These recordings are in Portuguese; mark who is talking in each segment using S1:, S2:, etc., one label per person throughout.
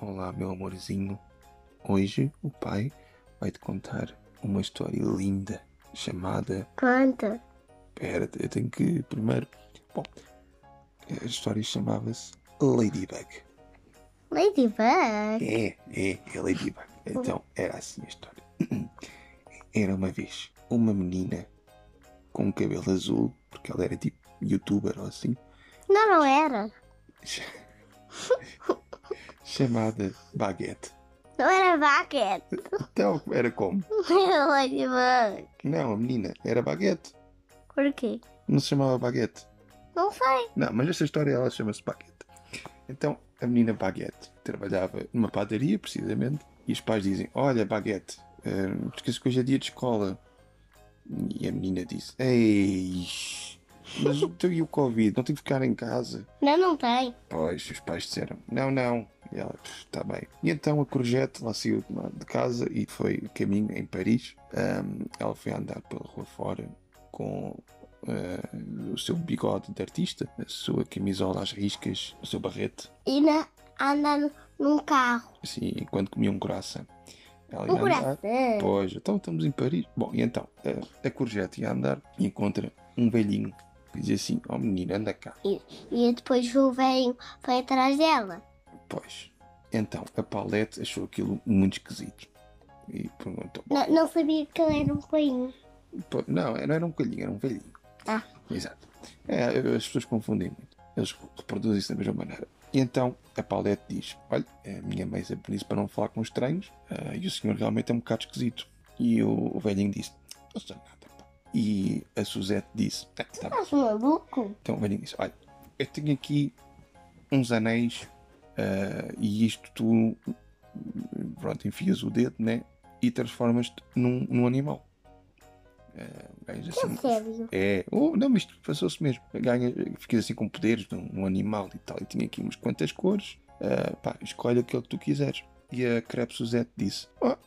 S1: Olá, meu amorzinho. Hoje o pai vai te contar uma história linda chamada.
S2: Conta.
S1: Pera, eu tenho que primeiro. Bom, a história chamava-se Ladybug.
S2: Ladybug.
S1: É, é, é Ladybug. Então, era assim a história. Era uma vez uma menina com cabelo azul, porque ela era tipo youtuber ou assim,
S2: Não, não era.
S1: chamada Baguette.
S2: Não era Bucket.
S1: Então, era como?
S2: Era Ladybug.
S1: Não, a menina era Baguette.
S2: Por quê?
S1: Não se chamava Baguette.
S2: Não sei.
S1: Não, mas esta história ela chama-se Baguette. Então, a menina Baguette trabalhava numa padaria, precisamente, e os pais dizem: Olha, Baguette, hum, esquece que hoje é dia de escola. E a menina diz: Ei, mas o teu e o Covid? Não tem que ficar em casa?
S2: Não, não tem.
S1: Pois, os pais disseram: Não, não. E ela: Está bem. E então a Courgette lá saiu de lá de casa e foi caminho em Paris. Hum, ela foi andar pela rua fora com eh, o seu bigode de artista, a sua camisola às riscas, o seu barrete,
S2: E na, andando num carro.
S1: assim, enquanto comia um coração. Ela
S2: O
S1: ia andar.
S2: Um coração.
S1: Pois, então estamos em Paris. Bom, e então, a, a Courgette ia andar e encontra um velhinho que diz assim: Ó menino, anda cá.
S2: E depois o velho foi atrás dela.
S1: Pois. Então, a Paulette achou aquilo muito esquisito. E perguntou: "Bom,
S2: Não, não sabia que ele era um coelhinho.
S1: pô, Não, não era um coelhinho, era um velhinho.
S2: Ah.
S1: Exato. É, as pessoas confundem muito. Eles reproduzem-se da mesma maneira. E então a Paulette diz: Olha, a minha mãe sempre disse para não falar com estranhos ah, e o senhor realmente é um bocado esquisito. E o, o velhinho disse: Não sei nada. pá." E a Suzette disse: "Ah, tá bem."
S2: Estás maluco?
S1: Então o velhinho disse: Olha, eu tenho aqui uns anéis ah, e isto tu hum, pronto, enfias o dedo né, e transformas-te num, num animal. Ah, o gajo
S2: É sério.
S1: é, oh, não, mas isto passou-se mesmo. Ganha, ficas assim com poderes de um, um animal e tal. E tinha aqui umas quantas cores. Ah, pá, escolhe aquele que tu quiseres. E a Crepe Suzette disse: "Oh, ah,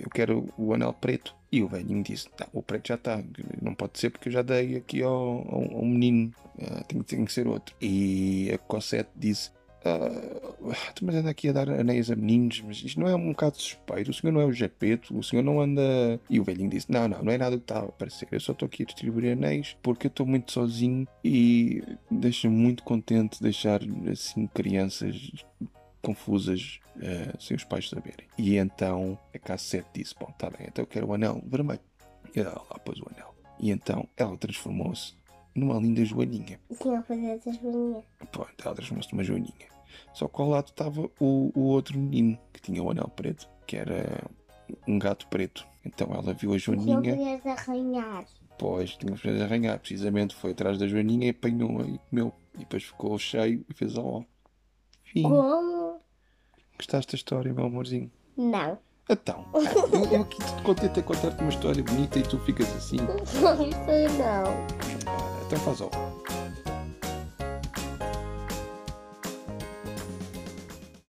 S1: Eu quero o anel preto. E o velhinho disse: "Tá, O preto já está. Não pode ser porque eu já dei aqui ao, ao- ao menino. Ah, tem, que- tem que ser outro. E a Cosette disse: ah, tu mas anda aqui a dar anéis a meninos, mas isto não é um bocado suspeito. O senhor não é o Gepeto, o senhor não anda. E o velhinho disse: Não, não, não é nada que está a aparecer. Eu só estou aqui a distribuir anéis porque eu estou muito sozinho e deixa-me muito contente deixar assim crianças confusas eh, sem os pais saberem. E então a Cassette disse: Bom, está bem, então eu quero o anel vermelho. E ela lá pôs o anel. E então ela transformou-se numa linda joaninha.
S2: Tinha a fazer essas bolinhas.
S1: Pronto, ela transformou-se numa joaninha. Só que ao lado estava o, o outro menino que tinha o anel preto, que era um gato preto. Então ela viu a
S2: Tinha
S1: joaninha,
S2: querias arranhar.
S1: pois tinha que arranhar, precisamente foi atrás da joaninha e apanhou-a e comeu. E depois ficou cheio e fez ó. Fim.
S2: Como?
S1: Gostaste da história, meu amorzinho?
S2: Não.
S1: Então, eu, eu aqui te contente a contar-te uma história bonita e tu ficas assim.
S2: Não, isso não.
S1: Então faz ao.